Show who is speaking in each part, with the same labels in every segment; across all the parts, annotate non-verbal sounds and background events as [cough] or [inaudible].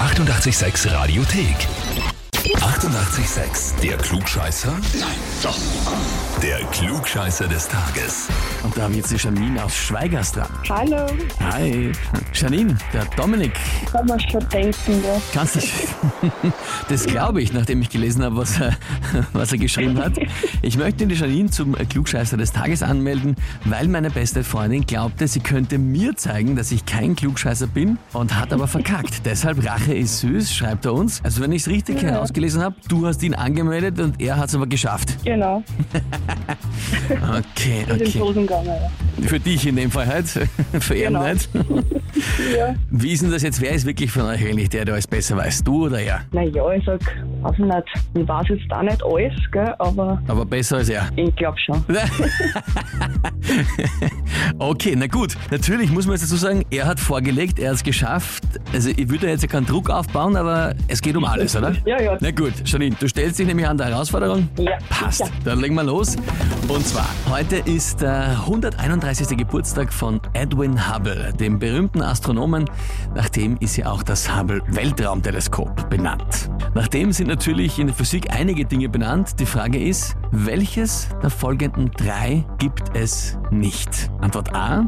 Speaker 1: 886 Radiothek. 88,6. Der Klugscheißer? Nein, doch. Der Klugscheißer des Tages.
Speaker 2: Und da habe ich jetzt die Janine aus Schweigers dran.
Speaker 3: Hallo,
Speaker 2: Hi. Janine, der Dominik,
Speaker 3: kann man schon denken, ja.
Speaker 2: kannst dich. [laughs] Das glaube ich, nachdem ich gelesen habe, was er, [laughs] was er geschrieben hat. Ich möchte die Janine zum Klugscheißer des Tages anmelden, weil meine beste Freundin glaubte, sie könnte mir zeigen, dass ich kein Klugscheißer bin und hat aber
Speaker 3: [laughs]
Speaker 2: verkackt. Deshalb Rache ist süß, schreibt er uns. Also wenn ich es richtig herausgelesen habe, du hast ihn angemeldet und er hat es aber geschafft.
Speaker 3: Genau,
Speaker 2: Okay,
Speaker 3: mit
Speaker 2: okay.
Speaker 3: dem Dosen gegangen.
Speaker 2: Für dich in dem Fall halt. [laughs] Für ihn
Speaker 3: Genau.
Speaker 2: nicht.
Speaker 3: Ja. [laughs] Ja.
Speaker 2: Wie ist denn das jetzt? Wer ist wirklich von euch eigentlich der, der alles besser weiß? Du oder er?
Speaker 3: Naja, ich sag, weiß ich nicht, ich weiß jetzt da nicht alles, gell, aber
Speaker 2: Aber besser als er. [laughs]
Speaker 3: ich glaube schon.
Speaker 2: okay, na gut. Natürlich muss man jetzt dazu sagen, er hat vorgelegt, er hat es geschafft. Also ich würde jetzt ja keinen Druck aufbauen, aber es geht um alles, oder?
Speaker 3: Ja, ja.
Speaker 2: Na gut, Janine, du stellst dich nämlich an der Herausforderung.
Speaker 3: Ja,
Speaker 2: Passt.
Speaker 3: sicher.
Speaker 2: Dann legen wir los. Und zwar, heute ist der 131. Geburtstag von Edwin Hubble, dem berühmten Astronomen. Nach dem ist ja auch das Hubble Weltraumteleskop benannt. Nach dem sind natürlich in der Physik einige Dinge benannt. Die Frage ist, welches der folgenden drei gibt es nicht? Antwort A,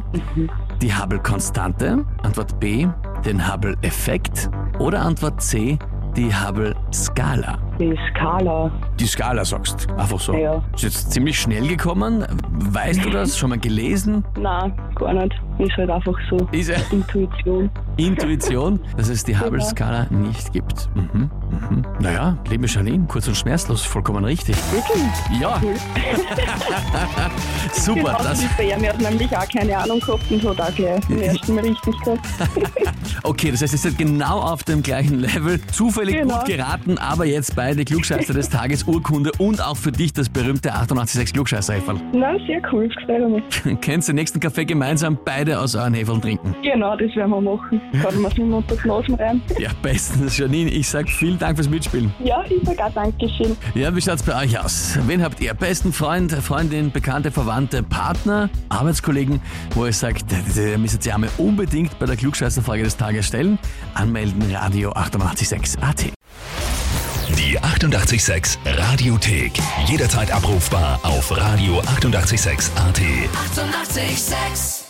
Speaker 2: die Hubble-Konstante. Antwort B, den Hubble-Effekt. Oder Antwort C, die Hubble-Skala.
Speaker 3: Die Skala,
Speaker 2: Die Skala sagst. Einfach so.
Speaker 3: Ja.
Speaker 2: Ist jetzt ziemlich schnell gekommen. Weißt du das? Schon mal gelesen?
Speaker 3: nein, gar nicht. Ist halt einfach so
Speaker 2: Ist äh,
Speaker 3: Intuition.
Speaker 2: [laughs] Intuition, dass es
Speaker 3: Genau.
Speaker 2: die Hubble-Skala nicht gibt. Mhm. Mhm. Naja, liebe Janine, kurz und schmerzlos, vollkommen richtig.
Speaker 3: Wirklich?
Speaker 2: Ja, [laughs]
Speaker 3: Cool.
Speaker 2: super.
Speaker 3: Genau,
Speaker 2: Das,
Speaker 3: das ist der. Mir hat nämlich auch keine Ahnung gehabt und hat auch gleich den ersten Mal richtig gehabt.
Speaker 2: okay, das heißt, ihr seid genau auf dem gleichen Level. Zufällig
Speaker 3: Genau.
Speaker 2: gut geraten, aber jetzt beide Klugscheißer des Tages, Urkunde und auch für dich das berühmte 886 klugscheißer -Häferl. [laughs]
Speaker 3: Na, sehr cool, gefällt mir.
Speaker 2: Kennst den nächsten Kaffee gemeinsam beide aus euren Hefeln trinken?
Speaker 3: Genau, das werden wir machen. Kann man es nicht mehr unter die Nasen rein.
Speaker 2: Ja, bestens, Janine. Ich sag vielen Dank fürs Mitspielen.
Speaker 3: Ja, ich sag auch Dankeschön.
Speaker 2: Ja, wie schaut's bei euch aus? Wen habt ihr? Besten Freund, Freundin, Bekannte, Verwandte, Partner, Arbeitskollegen, wo ihr sagt, d- d- ihr müsst ihr einmal unbedingt bei der Klugscheißerfrage des Tages stellen? Anmelden, Radio 886 AT.
Speaker 1: Die 88,6 Radiothek. Jederzeit abrufbar auf radio886.at. 88,6.
Speaker 4: Eighty-eight, sex.